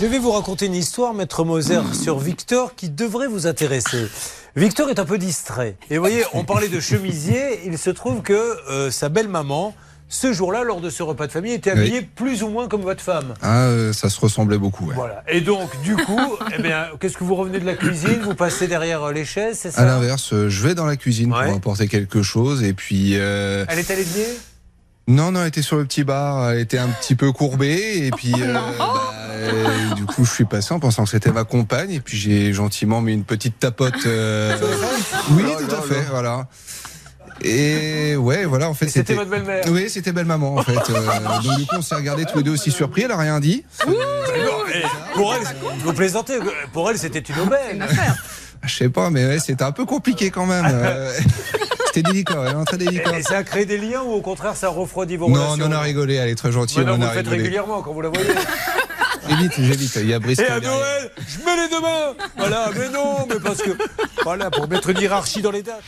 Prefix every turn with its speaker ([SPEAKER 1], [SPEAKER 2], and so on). [SPEAKER 1] Je vais vous raconter une histoire, Maître Moser, sur Victor qui devrait vous intéresser. Victor est un peu distrait. Et vous voyez, on parlait de chemisier. Il se trouve que euh, sa belle-maman, ce jour-là, lors de ce repas de famille, était
[SPEAKER 2] Oui.
[SPEAKER 1] habillée plus ou moins comme votre femme.
[SPEAKER 2] Ah, euh, ça se ressemblait beaucoup. ouais.
[SPEAKER 1] Voilà. Et donc, du coup, eh bien, qu'est-ce que vous revenez de la cuisine Vous passez derrière euh, les chaises, c'est
[SPEAKER 2] À
[SPEAKER 1] ça
[SPEAKER 2] l'inverse, euh, je vais dans la cuisine
[SPEAKER 1] Ouais.
[SPEAKER 2] pour apporter quelque chose et puis euh,
[SPEAKER 1] Elle est allée de pied
[SPEAKER 2] non non, elle était sur le petit bar, elle était un petit peu courbée et puis euh, bah, euh, du coup je suis passé en pensant que c'était ma compagne et puis j'ai gentiment mis une petite tapote. euh, oui
[SPEAKER 1] Oh
[SPEAKER 2] tout
[SPEAKER 1] là
[SPEAKER 2] à
[SPEAKER 1] là.
[SPEAKER 2] fait voilà. Et ouais voilà en fait
[SPEAKER 1] Et C'était votre belle-mère.
[SPEAKER 2] oui c'était belle maman en fait. Euh, donc du coup on s'est regardés tous les deux aussi surpris, elle a rien dit.
[SPEAKER 1] Mais non, eh, Pour elle, vous plaisantez. Pour elle, c'était une aubaine.
[SPEAKER 2] Je sais pas mais ouais, c'était un peu compliqué quand même. Euh, c'était délicat, ouais, hein, très délicat.
[SPEAKER 1] Et ça a créé des liens ou au contraire, ça refroidit vos
[SPEAKER 2] Non,
[SPEAKER 1] relations
[SPEAKER 2] non, on a rigolé, elle est très gentille.
[SPEAKER 1] Maintenant,
[SPEAKER 2] on
[SPEAKER 1] vous
[SPEAKER 2] a
[SPEAKER 1] le faites
[SPEAKER 2] rigolé.
[SPEAKER 1] régulièrement quand vous la voyez.
[SPEAKER 2] J'évite, j'évite, il y a Brice.
[SPEAKER 1] Et
[SPEAKER 2] qui
[SPEAKER 1] à
[SPEAKER 2] est derrière.
[SPEAKER 1] Noël, je mets les deux mains. Voilà, mais non, mais parce que. Voilà, pour mettre une hiérarchie dans les dates.